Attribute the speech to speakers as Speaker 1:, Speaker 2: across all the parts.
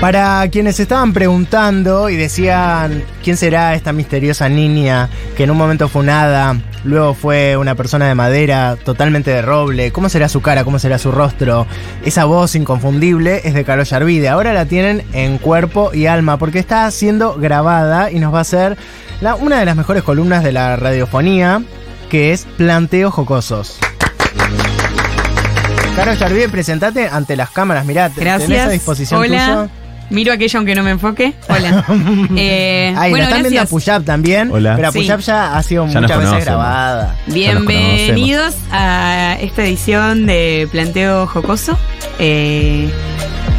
Speaker 1: Para quienes estaban preguntando y decían quién será esta misteriosa niña que en un momento fue un hada, luego fue una persona de madera, totalmente de roble, cómo será su cara, cómo será su rostro, esa voz inconfundible es de Carol Yarvide. Ahora la tienen en cuerpo y alma porque está siendo grabada y nos va a hacer la- una de las mejores columnas de la radiofonía, que es Planteos Jocosos. Carol Yarvide, presentate ante las cámaras, mirá, te- tenés
Speaker 2: Gracias.
Speaker 1: a disposición
Speaker 2: Hola.
Speaker 1: tuya.
Speaker 2: Miro aquello aunque no me enfoque. Hola. Eh,
Speaker 1: Ay, la
Speaker 2: bueno,
Speaker 1: están viendo a
Speaker 2: gracias.
Speaker 1: Puyab también.
Speaker 3: Hola.
Speaker 1: Pero a
Speaker 2: Sí.
Speaker 1: Puyab ya ha sido
Speaker 3: Ya nos
Speaker 1: muchas veces
Speaker 3: conocen.
Speaker 1: grabada.
Speaker 2: Bienvenidos a esta edición de Planteo Jocoso. Eh,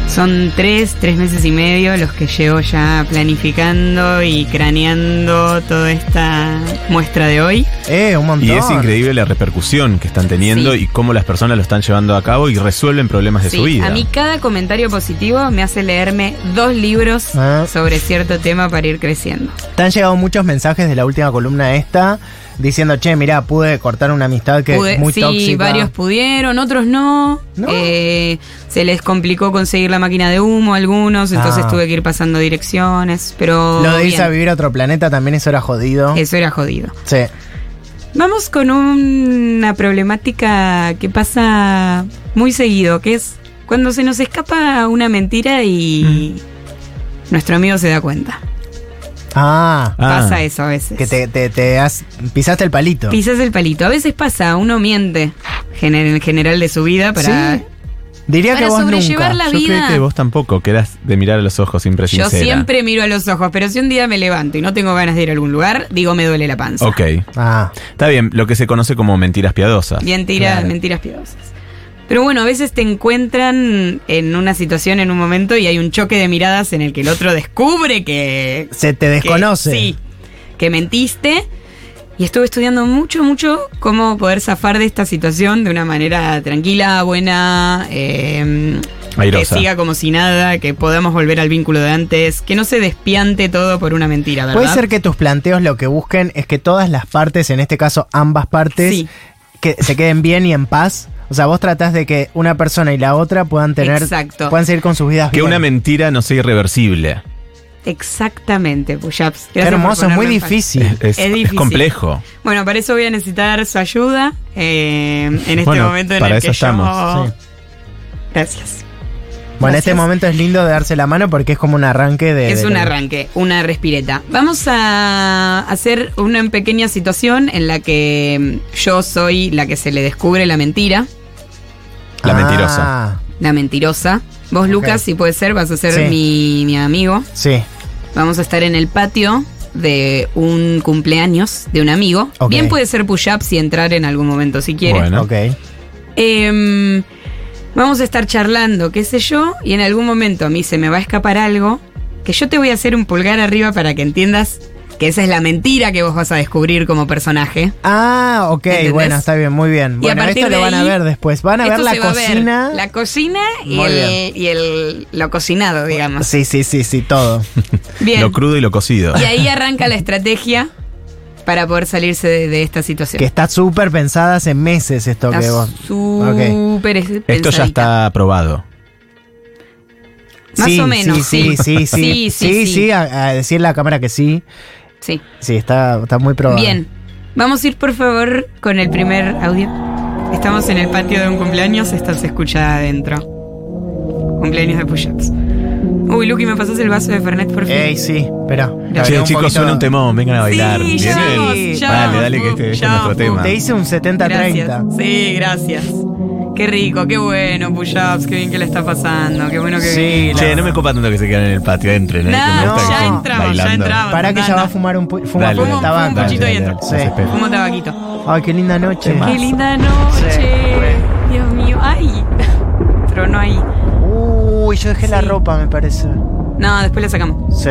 Speaker 2: son tres, tres meses y medio los que llevo ya planificando y craneando toda esta muestra de hoy.
Speaker 1: Eh, un montón.
Speaker 3: Y es increíble la repercusión que están teniendo
Speaker 2: Sí.
Speaker 3: y cómo las personas lo están llevando a cabo y resuelven problemas de
Speaker 2: Sí,
Speaker 3: su vida.
Speaker 2: A mí cada comentario positivo me hace leerme dos libros
Speaker 1: Ah.
Speaker 2: sobre cierto tema para ir creciendo.
Speaker 1: Te han llegado muchos mensajes de la última columna esta diciendo, che, mirá, pude cortar una amistad que
Speaker 2: Pude-
Speaker 1: es muy
Speaker 2: sí,
Speaker 1: tóxica.
Speaker 2: varios pudieron, otros no.
Speaker 1: No.
Speaker 2: Eh, se les complicó conseguir la máquina de humo a algunos, entonces
Speaker 1: Ah.
Speaker 2: tuve que ir pasando direcciones, pero
Speaker 1: Lo de
Speaker 2: bien,
Speaker 1: irse a vivir a otro planeta también eso era jodido.
Speaker 2: eso era jodido.
Speaker 1: Sí.
Speaker 2: Vamos con una problemática que pasa muy seguido, que es cuando se nos escapa una mentira y nuestro amigo se da cuenta.
Speaker 1: Mm. Ah,
Speaker 3: Ah,
Speaker 2: Pasa eso a veces.
Speaker 1: que te, te, te has, pisaste el palito.
Speaker 2: Pisas el palito. A veces pasa, uno miente gener- en general de su vida para
Speaker 1: Sí. Diría
Speaker 2: Para
Speaker 1: que vos
Speaker 2: sobrellevar
Speaker 1: nunca.
Speaker 2: la
Speaker 3: Yo
Speaker 2: vida.
Speaker 3: creo que vos tampoco, que eras de mirar a los ojos siempre
Speaker 2: Yo
Speaker 3: sincera.
Speaker 2: siempre miro a los ojos, pero si un día me levanto y no tengo ganas de ir a algún lugar, digo me duele la panza.
Speaker 3: Ok,
Speaker 1: Ah,
Speaker 3: está bien, lo que se conoce como mentiras piadosas.
Speaker 2: Bien tira-
Speaker 1: Claro.
Speaker 2: mentiras piadosas. Pero bueno, a veces te encuentran en una situación, en un momento, y hay un choque de miradas en el que el otro descubre que...
Speaker 1: se te
Speaker 2: que-
Speaker 1: desconoce.
Speaker 2: sí, que mentiste. Y estuve estudiando mucho, mucho cómo poder zafar de esta situación de una manera tranquila, buena, eh, que
Speaker 3: Airosa.
Speaker 2: siga como si nada, que podamos volver al vínculo de antes, que no se despiante todo por una mentira, ¿verdad?
Speaker 1: Puede ser que tus planteos lo que busquen es que todas las partes, en este caso ambas partes,
Speaker 2: Sí.
Speaker 1: que se queden bien y en paz. O sea, vos tratás de que una persona y la otra puedan tener,
Speaker 2: Exacto.
Speaker 1: puedan seguir con sus vidas
Speaker 3: Que
Speaker 1: bien.
Speaker 3: una mentira no sea irreversible.
Speaker 2: Exactamente, pues push-ups.
Speaker 1: Qué hermoso, es muy difícil.
Speaker 3: Es,
Speaker 2: Es difícil.
Speaker 3: complejo.
Speaker 2: Bueno, para eso voy a necesitar su ayuda eh, en este
Speaker 3: Bueno,
Speaker 2: momento en
Speaker 3: para
Speaker 2: el
Speaker 3: eso
Speaker 2: que
Speaker 3: estamos,
Speaker 2: yo... Gracias.
Speaker 1: Bueno,
Speaker 2: Gracias.
Speaker 1: este momento es lindo de darse la mano porque es como un arranque de.
Speaker 2: Es
Speaker 1: Eh, de
Speaker 2: un
Speaker 1: la-
Speaker 2: arranque, una respireta. Vamos a hacer una pequeña situación en la que mm, yo soy la que se le descubre la mentira,
Speaker 3: La
Speaker 1: Ah,
Speaker 3: mentirosa.
Speaker 2: la mentirosa. Vos, Lucas, si puede ser, vas a ser
Speaker 1: Sí.
Speaker 2: mi, mi amigo.
Speaker 1: Sí.
Speaker 2: Vamos a estar en el patio de un cumpleaños de un amigo.
Speaker 1: Ok.
Speaker 2: Bien puede ser push-ups y entrar en algún momento si quiere.
Speaker 3: Bueno. ¿No?
Speaker 1: Ok.
Speaker 2: Em, vamos a estar charlando, qué sé yo, y en algún momento a mí se me va a escapar algo que yo te voy a hacer un pulgar arriba para que entiendas que esa es la mentira que vos vas a descubrir como personaje.
Speaker 1: Ah, ok,
Speaker 2: ¿Entendés?
Speaker 1: bueno, está bien, muy bien.
Speaker 2: Y
Speaker 1: Bueno,
Speaker 2: a partir
Speaker 1: esto lo
Speaker 2: de
Speaker 1: van a
Speaker 2: ahí,
Speaker 1: ver después. Van a
Speaker 2: Esto
Speaker 1: ver la
Speaker 2: se va a ver.
Speaker 1: cocina.
Speaker 2: La cocina y,
Speaker 1: Muy
Speaker 2: el,
Speaker 1: bien.
Speaker 2: y el- lo cocinado, digamos.
Speaker 1: Sí, sí, sí, sí, todo.
Speaker 2: Bien.
Speaker 3: Lo crudo y lo cocido.
Speaker 2: Y ahí arranca la estrategia para poder salirse de, de esta situación.
Speaker 1: que está súper pensada hace meses esto que
Speaker 2: Está
Speaker 1: vos.
Speaker 2: súper
Speaker 3: Esto ya
Speaker 2: pensadita.
Speaker 3: está aprobado.
Speaker 2: Más
Speaker 1: sí,
Speaker 2: o menos,
Speaker 1: Sí, sí, sí, sí. Sí, sí,
Speaker 2: Sí, sí, sí.
Speaker 1: a, a decir la cámara que sí.
Speaker 2: Sí.
Speaker 1: Sí, está, está muy probado.
Speaker 2: Bien, vamos a ir por favor con el primer audio. Estamos en el patio de un cumpleaños, esta se escucha adentro. Cumpleaños de push-ups. Uy, Luqui, ¿me pasas el vaso de Fernet, por favor?
Speaker 1: Ey, sí, espera.
Speaker 3: Che,
Speaker 1: Hablé un
Speaker 3: chicos,
Speaker 1: poquito-
Speaker 3: suena un temón, vengan a bailar.
Speaker 2: Sí,
Speaker 3: ¿Vienen?
Speaker 2: ya vamos, ya
Speaker 3: Dale,
Speaker 2: vamos,
Speaker 3: dale, que este este es
Speaker 2: ya
Speaker 3: nuestro
Speaker 2: vamos.
Speaker 3: tema.
Speaker 1: Te hice un 70-30.
Speaker 2: Gracias. Sí, gracias. Qué rico, qué bueno, push-ups, qué bien que le está pasando, qué bueno que...
Speaker 1: Sí,
Speaker 3: Che, no me copa tanto que se quedan en el patio, entren. ¿eh?
Speaker 2: No,
Speaker 3: que me gusta que
Speaker 1: ya
Speaker 3: estén
Speaker 2: entramos, ya
Speaker 3: bailando.
Speaker 2: entramos.
Speaker 1: Para que
Speaker 2: No,
Speaker 1: ya
Speaker 2: no.
Speaker 1: va a fumar un, pu- fuma
Speaker 3: Dale,
Speaker 1: fuma
Speaker 3: dale,
Speaker 1: un
Speaker 2: dale,
Speaker 1: tabaco.
Speaker 2: dale, dale,
Speaker 3: dale,
Speaker 2: dentro.
Speaker 3: se
Speaker 1: Sí.
Speaker 3: espera.
Speaker 2: Como tabaquito.
Speaker 1: Ay, qué linda noche.
Speaker 2: Qué linda noche. Dios mío, ay. Trono ahí.
Speaker 1: Uy, yo dejé la
Speaker 2: Sí.
Speaker 1: ropa, me parece.
Speaker 2: No, después la sacamos.
Speaker 1: Sí.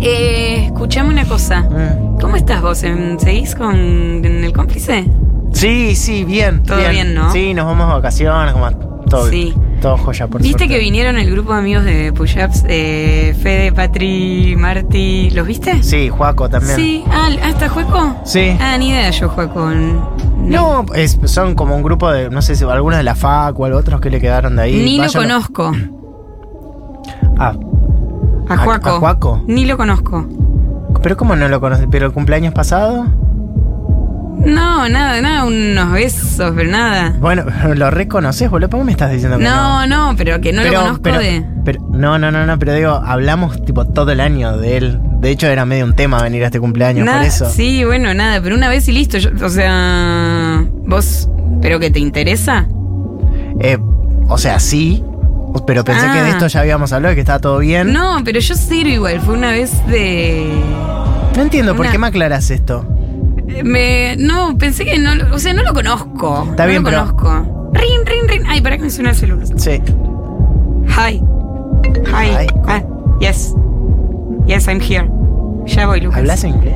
Speaker 2: Eh, escuchame una cosa.
Speaker 1: Mm.
Speaker 2: ¿Cómo estás vos? ¿Em, ¿Seguís con en el cómplice?
Speaker 1: Sí, sí, bien.
Speaker 2: Todo bien, ¿no?
Speaker 1: Sí, nos vamos a vacaciones, como todo.
Speaker 2: Sí.
Speaker 1: Todo joya, por
Speaker 2: ¿Viste que
Speaker 1: vine?
Speaker 2: vinieron el grupo de amigos de Push-Ups? Eh, Fede, Patri, Marti, ¿los viste?
Speaker 1: Sí, Juaco también.
Speaker 2: Sí. Ah, ¿hasta Juaco?
Speaker 1: Sí.
Speaker 2: Ah, ni idea yo Juaco.
Speaker 1: No, es- son como un grupo de, no sé si algunos de la FAC o algo, otros que le quedaron de ahí.
Speaker 2: Ni lo
Speaker 1: Váyanlo-
Speaker 2: conozco.
Speaker 1: Ah,
Speaker 2: A Juaco.
Speaker 1: ¿A Juaco?
Speaker 2: Ni lo conozco.
Speaker 1: Pero ¿cómo no lo conoces? ¿Pero el cumpleaños pasado?
Speaker 2: No, nada, nada, unos besos, pero nada.
Speaker 1: Bueno, lo reconoces, boludo. ¿Por qué me estás diciendo que no?
Speaker 2: No, no, pero que no lo conozco
Speaker 1: pero,
Speaker 2: de.
Speaker 1: pero- no, no, no, no, pero digo, hablamos tipo todo el año de él. De hecho, era medio un tema venir a este cumpleaños
Speaker 2: Nada,
Speaker 1: por eso.
Speaker 2: Sí, bueno, nada, pero una vez y listo. Yo- o sea, vos, pero que te interesa.
Speaker 1: Eh, o sea, sí, pero pensé que de
Speaker 2: Ah.
Speaker 1: esto ya habíamos hablado, que estaba todo bien.
Speaker 2: No, pero yo sirvo igual. Fue una vez de.
Speaker 1: No entiendo, ¿por
Speaker 2: Una-
Speaker 1: qué me aclaras esto?
Speaker 2: Me, no, pensé que no. lo- O sea, no lo conozco.
Speaker 1: Está
Speaker 2: no
Speaker 1: bien,
Speaker 2: lo
Speaker 1: pero-
Speaker 2: conozco. Rin, rin, rin. Ay, para que me suena el celular.
Speaker 1: Sí.
Speaker 2: Hi. Hi.
Speaker 1: Hi.
Speaker 2: Ah, yes. Yes, I'm here. Ya voy, Lucas.
Speaker 1: ¿Hablas inglés?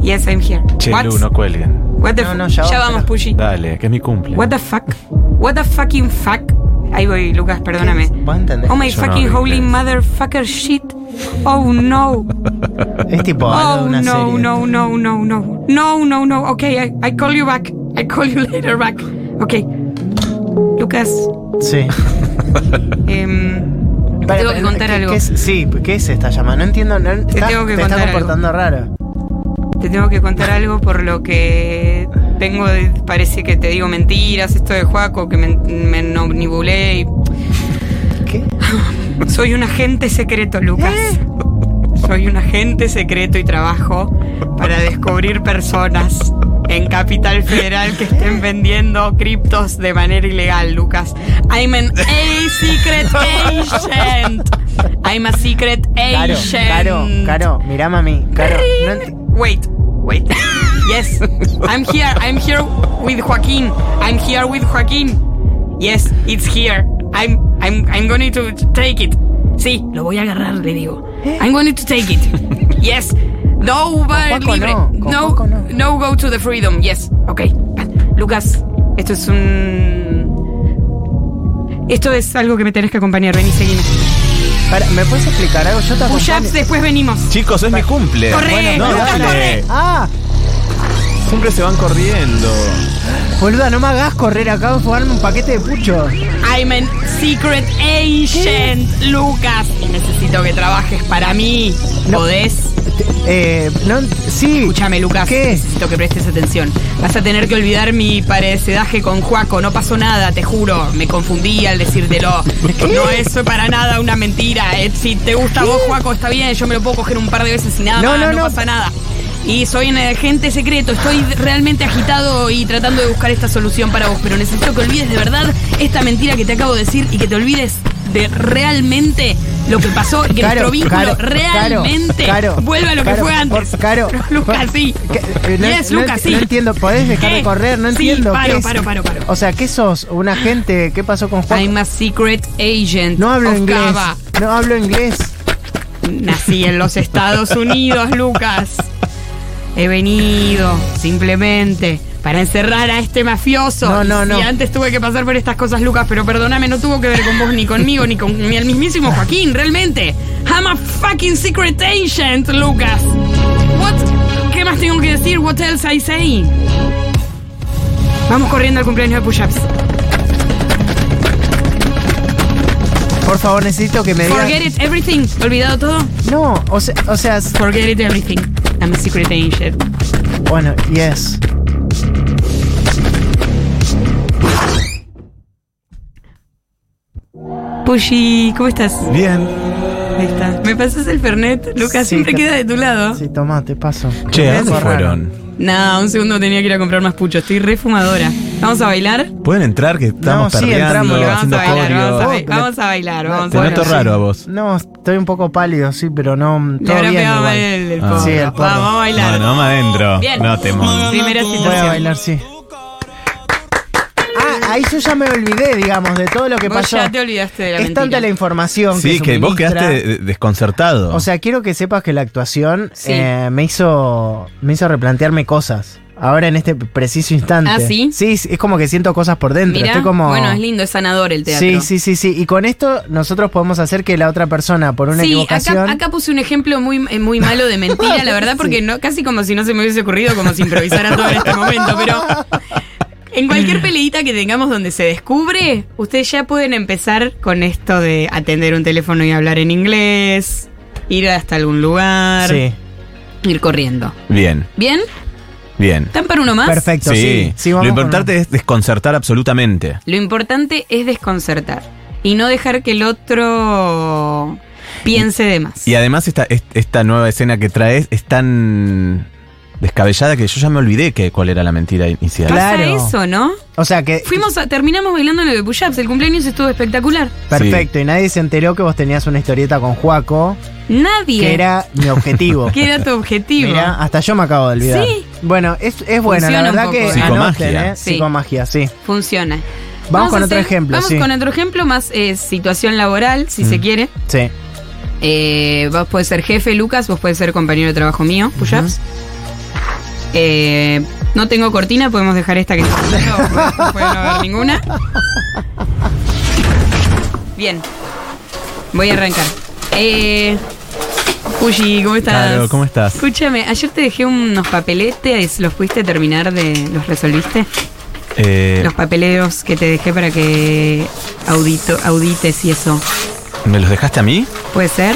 Speaker 2: Yes, I'm here.
Speaker 3: Che,
Speaker 2: What?
Speaker 3: Lu, no cuelguen.
Speaker 2: What the
Speaker 1: No,
Speaker 2: fu-
Speaker 1: no, ya
Speaker 2: ya,
Speaker 1: vamos,
Speaker 2: vamos,
Speaker 1: pero-
Speaker 2: Pushi.
Speaker 3: Dale, que es mi cumple.
Speaker 2: What the fuck? What the fucking fuck? Ahí voy, Lucas, perdóname.
Speaker 1: ¿Vos entendés?
Speaker 2: Oh my
Speaker 3: Yo no
Speaker 2: fucking
Speaker 3: hablo
Speaker 2: holy
Speaker 3: inglés.
Speaker 2: motherfucker shit. Oh no.
Speaker 1: Es tipo algo de
Speaker 2: Oh
Speaker 1: una
Speaker 2: no,
Speaker 1: serie.
Speaker 2: no, no, no, no. No, no, no. Okay, I, I call you back. I call you later back. Okay. Lucas,
Speaker 1: Sí.
Speaker 2: em,
Speaker 1: Para,
Speaker 2: tengo que
Speaker 1: pero,
Speaker 2: contar
Speaker 1: ¿qué-
Speaker 2: algo.
Speaker 1: qué es- sí, ¿qué es esta llamada? No entiendo. No, estás-
Speaker 2: tengo que
Speaker 1: te estás
Speaker 2: contar algo.
Speaker 1: comportando raro.
Speaker 2: te tengo que contar algo por lo que tengo. de- Parece que te digo mentiras, esto de Juaco, que me, me omnibulé y
Speaker 1: ¿Qué?
Speaker 2: Soy un agente secreto, Lucas. Soy un agente secreto y trabajo para descubrir personas en Capital Federal que estén vendiendo criptos de manera ilegal, Lucas. I'm an a secret agent. I'm a secret
Speaker 1: Caro,
Speaker 2: agent.
Speaker 1: Caro, Caro, mirá mami, Caro. no enti-
Speaker 2: Wait, wait. Yes, I'm here. I'm here with Joaquin. I'm here with Joaquin. Yes, it's here. I'm I'm I'm going to take it. Sí, lo voy a agarrar, le digo.
Speaker 1: ¿Eh?
Speaker 2: I'm going to take it. Yes. No bar
Speaker 1: Juaco
Speaker 2: libre.
Speaker 1: no, con
Speaker 2: No,
Speaker 1: Juaco no.
Speaker 2: no, go to the freedom. Yes. Okay. Lucas, esto es un esto es algo que me tenés que acompañar, ven y seguimos.
Speaker 1: Pará, ¿Me puedes explicar algo? Yo te acompaño.
Speaker 2: Push-ups, después venimos.
Speaker 3: Chicos, es mi cumple.
Speaker 2: Corre,
Speaker 3: no,
Speaker 1: Lucas,
Speaker 3: dale.
Speaker 1: Ah,
Speaker 3: Cumple se van corriendo.
Speaker 1: boluda, no me hagas correr acá, voy a fumarme un paquete de pucho.
Speaker 2: I'm a secret agent, Lucas. Y necesito que trabajes para mí.
Speaker 1: No.
Speaker 2: ¿Podés?
Speaker 1: Eh, no, ent- sí.
Speaker 2: Escúchame, Lucas.
Speaker 1: ¿Qué?
Speaker 2: Necesito que prestes atención. Vas a tener que olvidar mi parecedaje con Juaco. No pasó nada, te juro. Me confundí al decírtelo. No es para nada una mentira. Eh, Si te gusta a vos, Juaco, está bien. Yo me lo puedo coger un par de veces y nada
Speaker 1: No,
Speaker 2: más.
Speaker 1: no,
Speaker 2: No,
Speaker 1: no.
Speaker 2: pasa nada. Y soy un agente secreto, estoy realmente agitado y tratando de buscar esta solución para vos, pero necesito que olvides de verdad esta mentira que te acabo de decir y que te olvides de realmente lo que pasó y que
Speaker 1: Caro,
Speaker 2: nuestro
Speaker 1: Caro,
Speaker 2: vínculo
Speaker 1: Caro,
Speaker 2: realmente
Speaker 1: Caro,
Speaker 2: vuelva a lo que
Speaker 1: Caro,
Speaker 2: fue antes.
Speaker 1: por- Caro,
Speaker 2: Lucas,
Speaker 1: por-
Speaker 2: sí.
Speaker 1: ¿Qué? Eh, no,
Speaker 2: Yes,
Speaker 1: no
Speaker 2: Lucas,
Speaker 1: ent-
Speaker 2: sí.
Speaker 1: no entiendo, ¿podés dejar
Speaker 2: ¿Qué?
Speaker 1: de correr? No
Speaker 2: Sí,
Speaker 1: entiendo. ¿qué
Speaker 2: paro,
Speaker 1: es?
Speaker 2: paro, paro, paro.
Speaker 1: O sea, ¿qué sos? ¿Un agente? ¿Qué pasó con Juan?
Speaker 2: I'm a secret agent.
Speaker 1: No hablo
Speaker 2: of
Speaker 1: inglés.
Speaker 2: Cava.
Speaker 1: No hablo inglés.
Speaker 2: Nací en los Estados Unidos, Lucas. He venido simplemente para encerrar a este mafioso.
Speaker 1: No, no, no.
Speaker 2: Y antes tuve que pasar por estas cosas, Lucas, pero perdóname, no tuvo que ver con vos, ni conmigo, ni con ni el mismísimo Joaquín, realmente. I'm a fucking secret agent, Lucas. What? ¿Qué más tengo que decir? What else I say? Vamos corriendo al cumpleaños de Push-Ups.
Speaker 1: Por favor, necesito que me digas.
Speaker 2: Forget it, everything. ¿Olvidado todo?
Speaker 1: No, o sea, o sea, s-
Speaker 2: Forget it, everything. I'm a secret agent.
Speaker 1: bueno, yes.
Speaker 2: Pushy, ¿cómo estás?
Speaker 3: Bien.
Speaker 2: Ahí está. ¿Me pasas el Fernet? Lucas
Speaker 1: Sí,
Speaker 2: siempre
Speaker 1: te-
Speaker 2: queda de tu lado.
Speaker 1: Sí, toma, te paso.
Speaker 3: Che, ¿a
Speaker 1: Algo
Speaker 3: dónde
Speaker 1: raro.
Speaker 3: fueron?
Speaker 2: Nada, un segundo tenía que ir a comprar más pucho. Estoy refumadora. ¿Vamos a bailar?
Speaker 3: ¿Pueden entrar que estamos
Speaker 1: No, sí,
Speaker 3: perreando,
Speaker 1: entramos,
Speaker 2: Vamos a
Speaker 3: haciendo
Speaker 2: bailar, vamos a,
Speaker 3: coreo?
Speaker 2: ba- Oh, vamos a bailar, vamos
Speaker 3: Te
Speaker 2: a
Speaker 3: noto
Speaker 2: bailar.
Speaker 3: raro a vos.
Speaker 1: No, estoy un poco pálido, sí, pero no. mm,
Speaker 2: Le
Speaker 1: Todo
Speaker 2: habrá
Speaker 1: bien.
Speaker 2: pegado mal
Speaker 1: igual.
Speaker 2: el, el
Speaker 3: Ah.
Speaker 2: porro.
Speaker 1: Sí, el porro.
Speaker 2: Vamos a bailar.
Speaker 3: No, no, vamos adentro.
Speaker 2: Bien.
Speaker 3: No, temón.
Speaker 2: Primera
Speaker 1: Voy a
Speaker 2: situación.
Speaker 1: bailar, sí. Ah, ahí yo ya me olvidé, digamos, de todo lo que
Speaker 2: Vos
Speaker 1: pasó.
Speaker 2: ya te olvidaste de la
Speaker 1: es tanta la
Speaker 2: mentira.
Speaker 1: información
Speaker 3: Sí, que vos
Speaker 1: suministra.
Speaker 3: quedaste de- de- desconcertado.
Speaker 1: O sea, quiero que sepas que la actuación
Speaker 2: Sí.
Speaker 1: eh, me hizo me hizo replantearme cosas. Ahora en este preciso instante.
Speaker 2: ¿Ah, sí?
Speaker 1: Sí, es como que siento cosas por dentro.
Speaker 2: Mirá,
Speaker 1: Estoy como
Speaker 2: bueno, es lindo, es sanador el teatro.
Speaker 1: Sí, sí, sí, sí. Y con esto nosotros podemos hacer que la otra persona, por una
Speaker 2: Sí,
Speaker 1: equivocación.
Speaker 2: acá, acá puse un ejemplo muy, eh, muy malo de mentira, la verdad, porque
Speaker 1: Sí.
Speaker 2: no, casi como si no se me hubiese ocurrido, como si improvisara todo en este momento, pero en cualquier peleita que tengamos donde se descubre, ustedes ya pueden empezar con esto de atender un teléfono y hablar en inglés. ir hasta algún lugar,
Speaker 1: Sí.
Speaker 2: ir corriendo.
Speaker 3: Bien,
Speaker 2: ¿Bien?
Speaker 3: bien.
Speaker 2: ¿Tan para uno más?
Speaker 1: Perfecto, sí.
Speaker 3: Sí,
Speaker 1: Sí,
Speaker 3: lo
Speaker 1: vamos con-
Speaker 3: importante es desconcertar absolutamente.
Speaker 2: Lo importante es desconcertar y no dejar que el otro piense de más.
Speaker 3: Y además esta, es- esta nueva escena que traes es tan descabellada que yo ya me olvidé que cuál era la mentira inicial.
Speaker 2: Pasa
Speaker 1: Claro.
Speaker 2: eso, ¿no?
Speaker 1: O sea que.
Speaker 2: Fuimos a- terminamos bailando en el de Puyaps, el cumpleaños estuvo espectacular.
Speaker 1: Perfecto, y nadie se enteró que vos tenías una historieta con Juaco,
Speaker 2: Nadie.
Speaker 1: que era mi objetivo.
Speaker 2: que era tu objetivo.
Speaker 1: Mirá, hasta yo me acabo de olvidar.
Speaker 2: Sí.
Speaker 1: Bueno, es, es bueno,
Speaker 2: Funciona
Speaker 1: la
Speaker 2: un
Speaker 1: verdad
Speaker 2: poco,
Speaker 1: que
Speaker 2: ¿eh?
Speaker 3: Psicomagia.
Speaker 1: anoten, ¿eh?
Speaker 2: Sí.
Speaker 1: Psicomagia, sí.
Speaker 2: Funciona.
Speaker 1: Vamos con
Speaker 2: a
Speaker 1: otro ejemplo,
Speaker 2: Vamos
Speaker 1: sí. Mm.
Speaker 2: con otro ejemplo más eh, situación laboral, si se quiere.
Speaker 1: Sí.
Speaker 2: Eh, vos puedes ser jefe, Lucas, vos puedes ser compañero de trabajo mío, Puyaps. Eh, no tengo cortina, podemos dejar esta que no puede no haber ninguna. Bien, voy a arrancar. Eh, Puyi, ¿cómo estás?
Speaker 3: Caro, ¿cómo estás?
Speaker 2: Escúchame, ayer te dejé unos papeletes, ¿los pudiste terminar de. ¿Los resolviste?
Speaker 3: Eh,
Speaker 2: Los papeleros que te dejé para que audito, audites y eso.
Speaker 3: ¿Me los dejaste a mí?
Speaker 2: ¿Puede ser?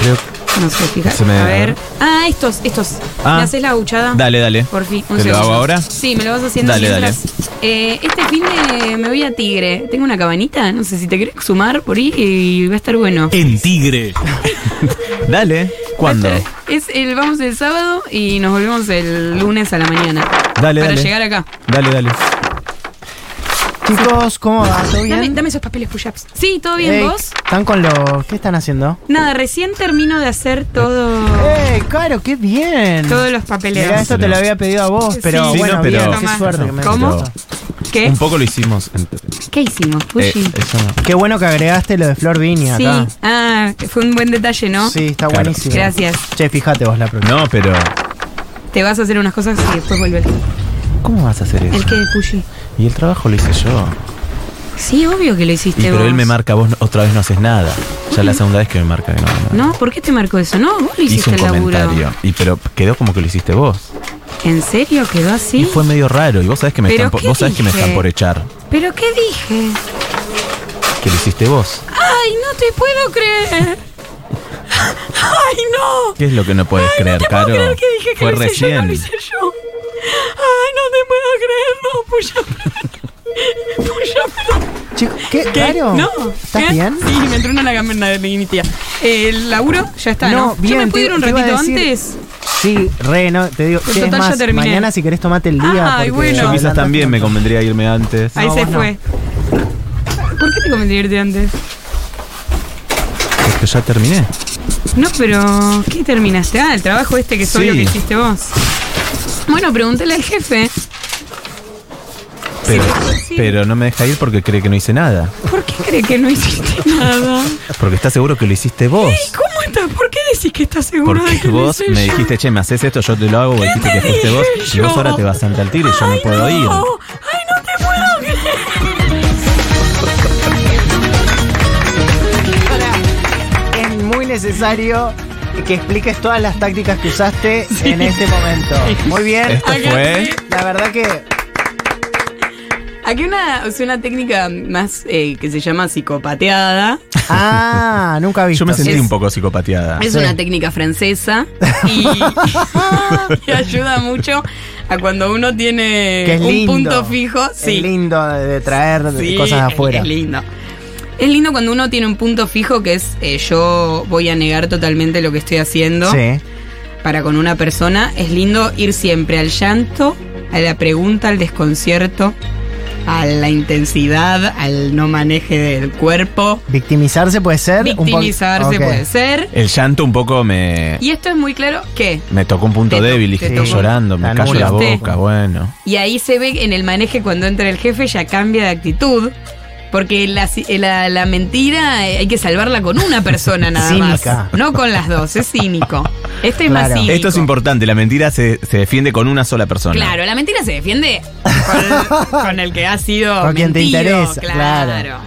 Speaker 3: Creo.
Speaker 2: No sé, fija.
Speaker 3: Se me-
Speaker 2: A ver. Ah, estos, estos.
Speaker 3: Ah.
Speaker 2: ¿Me haces la aguchada?
Speaker 3: Dale, dale.
Speaker 2: Por fin.
Speaker 3: ¿Te lo
Speaker 2: segundo.
Speaker 3: hago ahora?
Speaker 2: Sí, me lo vas haciendo
Speaker 3: Dale,
Speaker 2: mientras. Eh, este fin de me voy a Tigre. Tengo una cabanita, no sé si te querés sumar por ahí y va a estar bueno.
Speaker 3: En Tigre. dale. Eh, ¿Cuándo?
Speaker 2: Va a estar- Es el, vamos el sábado y nos volvemos el lunes a la mañana.
Speaker 3: Dale,
Speaker 2: Para
Speaker 3: dale.
Speaker 2: llegar acá.
Speaker 3: Dale, dale.
Speaker 1: Chicos, ¿cómo va? ¿Todo bien?
Speaker 2: Dame, dame esos papeles push-ups. Sí, ¿todo bien
Speaker 1: Ey,
Speaker 2: vos?
Speaker 1: ¿Están con los. ¿Qué están haciendo?
Speaker 2: Nada, recién termino de hacer todo.
Speaker 1: ¡Eh, Caro, qué bien!
Speaker 2: Todos los papeleos.
Speaker 1: Mirá, esto te lo había pedido a vos, pero
Speaker 2: Sí,
Speaker 1: bueno,
Speaker 3: no, pero-
Speaker 1: bien, qué
Speaker 2: Tomás.
Speaker 1: suerte que me
Speaker 2: ¿Cómo?
Speaker 1: dejaste.
Speaker 2: ¿Qué?
Speaker 3: Un poco lo hicimos. en-
Speaker 2: ¿Qué hicimos,
Speaker 3: eh,
Speaker 2: Fuji?
Speaker 3: eso no.
Speaker 1: Qué bueno que agregaste lo de Flor Viña
Speaker 2: sí.
Speaker 1: acá.
Speaker 2: Ah, fue un buen detalle, ¿no?
Speaker 1: Sí, está
Speaker 3: Claro.
Speaker 1: buenísimo.
Speaker 2: Gracias.
Speaker 1: Che, fíjate vos la próxima.
Speaker 3: No, pero.
Speaker 2: Te vas a hacer unas cosas y después vuelve el-
Speaker 3: ¿Cómo vas a hacer
Speaker 2: el
Speaker 3: eso?
Speaker 2: que Fuji.
Speaker 3: Y el trabajo lo hice yo.
Speaker 2: Sí, obvio que lo hiciste
Speaker 3: Y pero
Speaker 2: vos.
Speaker 3: él me marca, vos no- otra vez no haces nada. Ya es la segunda vez que me marca que no. hago nada.
Speaker 2: No, ¿por qué te marcó eso? No, vos lo
Speaker 3: Hice
Speaker 2: hiciste
Speaker 3: un
Speaker 2: el laburo.
Speaker 3: comentario. Y pero quedó como que lo hiciste vos.
Speaker 2: ¿En serio quedó
Speaker 3: Y
Speaker 2: así?
Speaker 3: fue medio raro. Y vos sabés que me
Speaker 2: ¿Pero
Speaker 3: están por,
Speaker 2: qué
Speaker 3: vos sabés que me
Speaker 2: dije?
Speaker 3: están por echar.
Speaker 2: ¿Pero qué dije?
Speaker 3: Que lo hiciste vos.
Speaker 2: ¡Ay, no te puedo creer! ¡Ay, no!
Speaker 3: ¿Qué es lo que no puedes
Speaker 2: Ay,
Speaker 3: creer,
Speaker 2: no te
Speaker 3: Caro?
Speaker 2: puedo creer que dije que
Speaker 3: fue
Speaker 2: lo hice yo, no
Speaker 3: recién.
Speaker 2: lo hice yo. Ay, no te puedo creer, no, puya. puya.
Speaker 1: Chico, ¿qué? ¿Eh?
Speaker 2: ¿Qué?
Speaker 1: ¿Caro?
Speaker 2: No.
Speaker 1: ¿Estás
Speaker 2: ¿Qué?
Speaker 1: bien?
Speaker 2: Sí, me entró una lagamberna de dignidad. El laburo ya está, ¿no?
Speaker 1: No, bien,
Speaker 2: ¿Yo me puedo
Speaker 1: te-
Speaker 2: ir un
Speaker 1: te iba a
Speaker 2: ratito
Speaker 1: decir-
Speaker 2: antes?
Speaker 1: Sí, re, no, te digo,
Speaker 2: Pues
Speaker 1: che, es
Speaker 2: total, ya
Speaker 1: más,
Speaker 2: terminé.
Speaker 1: mañana si querés tomate el día. porque
Speaker 2: Ay, bueno. Yo
Speaker 3: Yo quizás
Speaker 1: adelantaste
Speaker 3: también me
Speaker 1: mucho.
Speaker 3: convendría irme antes.
Speaker 2: Ahí
Speaker 1: No,
Speaker 2: se
Speaker 1: vos no.
Speaker 2: fue. ¿Por qué te convendría irte antes?
Speaker 3: Porque ya terminé.
Speaker 2: No, pero ¿qué terminaste? Ah, el trabajo este que soy
Speaker 3: Sí.
Speaker 2: lo que hiciste vos. Bueno, pregúntale al jefe.
Speaker 3: Pero,
Speaker 2: sí.
Speaker 3: pero no me deja ir porque cree que no hice nada.
Speaker 2: ¿Por qué cree que no hiciste nada?
Speaker 3: Porque está seguro que lo hiciste vos.
Speaker 2: ¿Y cómo estás? ¿Por qué decís que estás seguro de
Speaker 3: Porque
Speaker 2: que lo
Speaker 3: vos
Speaker 2: hice
Speaker 3: me
Speaker 2: yo?
Speaker 3: dijiste, che, me haces esto, yo te lo hago, vos dijiste
Speaker 2: te
Speaker 3: que fuiste
Speaker 2: dije
Speaker 3: vos, y vos
Speaker 2: yo?
Speaker 3: ahora te vas ante el tiro y yo no
Speaker 2: Ay,
Speaker 3: puedo
Speaker 2: no.
Speaker 3: ir.
Speaker 2: ¡Ay, no te puedo creer!
Speaker 1: Es muy necesario que expliques todas las tácticas que usaste en este momento. Muy bien.
Speaker 3: Esto
Speaker 2: Acá
Speaker 3: fue.
Speaker 1: La verdad que
Speaker 2: Aquí una, o sea, una técnica más eh, que se llama psicopateada.
Speaker 1: Ah, nunca vi.
Speaker 3: Yo me sentí
Speaker 2: Es-
Speaker 3: un poco psicopateada.
Speaker 2: Es
Speaker 1: Sí.
Speaker 2: una técnica francesa y, y ayuda mucho a cuando uno tiene
Speaker 1: Que es
Speaker 2: un
Speaker 1: lindo.
Speaker 2: punto fijo.
Speaker 1: Es
Speaker 2: Sí,
Speaker 1: lindo de, de traer
Speaker 2: sí,
Speaker 1: cosas de
Speaker 2: es-
Speaker 1: afuera.
Speaker 2: Es, lindo. Es lindo cuando uno tiene un punto fijo que es eh, yo voy a negar totalmente lo que estoy haciendo
Speaker 1: Sí.
Speaker 2: para con una persona. Es lindo ir siempre al llanto, a la pregunta, al desconcierto, a la intensidad, al no maneje del cuerpo.
Speaker 1: Victimizarse puede ser. un po-
Speaker 2: Victimizarse
Speaker 1: Ok.
Speaker 2: puede ser.
Speaker 3: El llanto un poco me.
Speaker 2: Y esto es muy claro que.
Speaker 3: Me tocó un punto
Speaker 2: Te to-
Speaker 3: débil,
Speaker 2: te
Speaker 3: dije, estoy
Speaker 1: tocó.
Speaker 3: llorando, me
Speaker 1: Te
Speaker 3: callo la
Speaker 2: anulaste.
Speaker 3: boca, bueno.
Speaker 2: Y ahí se ve en el maneje cuando entra el jefe ya cambia de actitud. Porque la, ci- la- la mentira eh, hay que salvarla con una persona nada
Speaker 1: Cínica.
Speaker 2: más. No con las dos, es cínico. Este es más
Speaker 1: Claro.
Speaker 2: cínico.
Speaker 3: Esto es importante, la mentira se, se defiende con una sola persona.
Speaker 2: Claro, la mentira se defiende con, con el que ha sido.
Speaker 1: Con quien te
Speaker 2: mentido,
Speaker 1: interesa, claro.
Speaker 2: claro.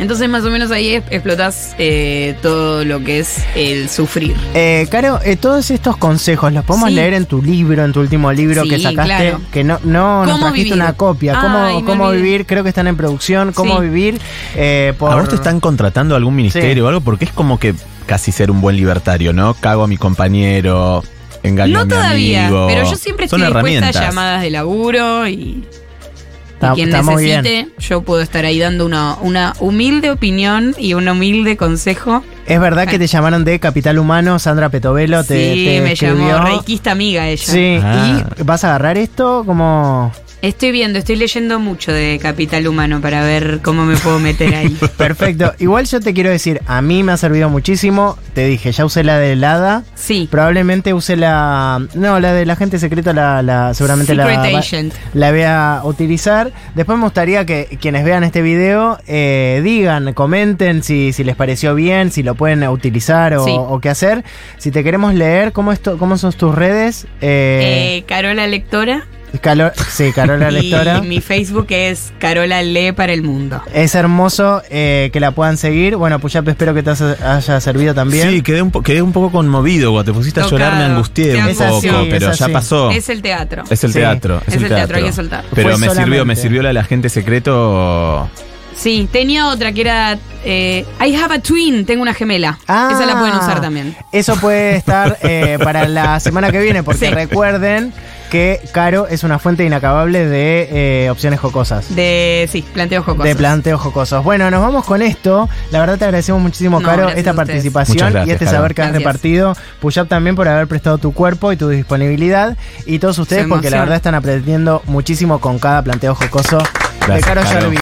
Speaker 2: Entonces más o menos ahí es- explotás eh, todo lo que es el sufrir.
Speaker 1: Eh, Caro, eh, todos estos consejos los podemos
Speaker 2: Sí.
Speaker 1: leer en tu libro, en tu último libro que
Speaker 2: Sí,
Speaker 1: sacaste,
Speaker 2: claro.
Speaker 1: que no, no nos
Speaker 2: ¿Cómo
Speaker 1: trajiste
Speaker 2: vivir?
Speaker 1: una copia.
Speaker 2: Ay,
Speaker 1: ¿Cómo,
Speaker 2: me
Speaker 1: cómo
Speaker 2: olvidé.
Speaker 1: vivir? Creo que están en producción. ¿Cómo
Speaker 2: Sí.
Speaker 1: vivir? Eh, por-
Speaker 3: ¿A vos te están contratando algún ministerio
Speaker 1: Sí.
Speaker 3: o algo? Porque es como que casi ser un buen libertario, ¿no? Cago a mi compañero, engaño a
Speaker 2: No
Speaker 3: mi
Speaker 2: todavía,
Speaker 3: amigo.
Speaker 2: pero yo siempre
Speaker 3: Son
Speaker 2: estoy dispuesta a
Speaker 3: herramientas.
Speaker 2: llamadas de laburo y, y
Speaker 1: Está-
Speaker 2: quien
Speaker 1: está muy bien.
Speaker 2: necesite, yo puedo estar ahí dando una, una humilde opinión y un humilde consejo.
Speaker 1: Es verdad que te llamaron de Capital Humano, Sandra Petovelo te,
Speaker 2: Ah. sí,
Speaker 1: te
Speaker 2: me
Speaker 1: escribió.
Speaker 2: llamó reikista amiga ella.
Speaker 1: Sí,
Speaker 3: Ah.
Speaker 1: ¿y vas a agarrar esto como
Speaker 2: Estoy viendo, estoy leyendo mucho de Capital Humano para ver cómo me puedo meter ahí.
Speaker 1: perfecto? Igual yo te quiero decir, a mí me ha servido muchísimo. Te dije, ya usé la de helada.
Speaker 2: Sí,
Speaker 1: Probablemente usé la. No, la de la gente secreta, la, la- seguramente la.
Speaker 2: Secret
Speaker 1: va-
Speaker 2: Agent.
Speaker 1: La voy a utilizar. Después me gustaría que quienes vean este video eh, digan, comenten si, si les pareció bien, si lo pueden utilizar o,
Speaker 2: Sí.
Speaker 1: o qué hacer. Si te queremos leer, ¿cómo, esto, cómo son tus redes? Eh,
Speaker 2: Eh, Carola Lectora.
Speaker 1: Calo- sí, Carola Lectora.
Speaker 2: Eh. Y mi Facebook es Carola Lee para el Mundo.
Speaker 1: Es hermoso eh, que la puedan seguir. Bueno, Puyap, espero que te haya haya servido también.
Speaker 3: Sí, quedé un, po- quedé un poco conmovido. Cuando te pusiste a
Speaker 2: Tocado.
Speaker 3: llorar me angustié
Speaker 2: Te
Speaker 3: un
Speaker 2: angustió.
Speaker 3: poco,
Speaker 2: Es así,
Speaker 3: pero
Speaker 1: es
Speaker 3: ya
Speaker 1: así.
Speaker 3: pasó.
Speaker 2: Es el teatro.
Speaker 3: Oh. Es el
Speaker 1: Sí.
Speaker 3: teatro. Es, el teatro,
Speaker 2: hay que soltar.
Speaker 3: Pero
Speaker 1: Fue
Speaker 3: me sirvió, me
Speaker 1: solamente.
Speaker 3: sirvió la del agente secreto.
Speaker 2: Sí, tenía otra que era eh, I have a twin, tengo una gemela.
Speaker 1: Ah.
Speaker 2: Esa la pueden usar también.
Speaker 1: Eso puede estar eh, para la semana que viene, porque
Speaker 2: Sí.
Speaker 1: recuerden que Caro es una fuente inacabable de eh, opciones jocosas.
Speaker 2: De, sí, planteo jocosos.
Speaker 1: De planteo jocosos. Bueno, nos vamos con esto. La verdad te agradecemos muchísimo,
Speaker 2: No,
Speaker 1: Caro,
Speaker 2: gracias
Speaker 1: esta
Speaker 2: a ustedes.
Speaker 1: participación
Speaker 3: Muchas gracias,
Speaker 1: y este
Speaker 3: Caro.
Speaker 1: saber que has
Speaker 2: Gracias.
Speaker 1: repartido. Puyap también por haber prestado tu cuerpo y tu disponibilidad. Y todos ustedes
Speaker 2: Se
Speaker 1: porque la
Speaker 2: emociona.
Speaker 1: verdad están aprendiendo muchísimo con cada planteo jocoso de
Speaker 3: Gracias,
Speaker 1: Caro
Speaker 3: Caro.
Speaker 1: Jarvis.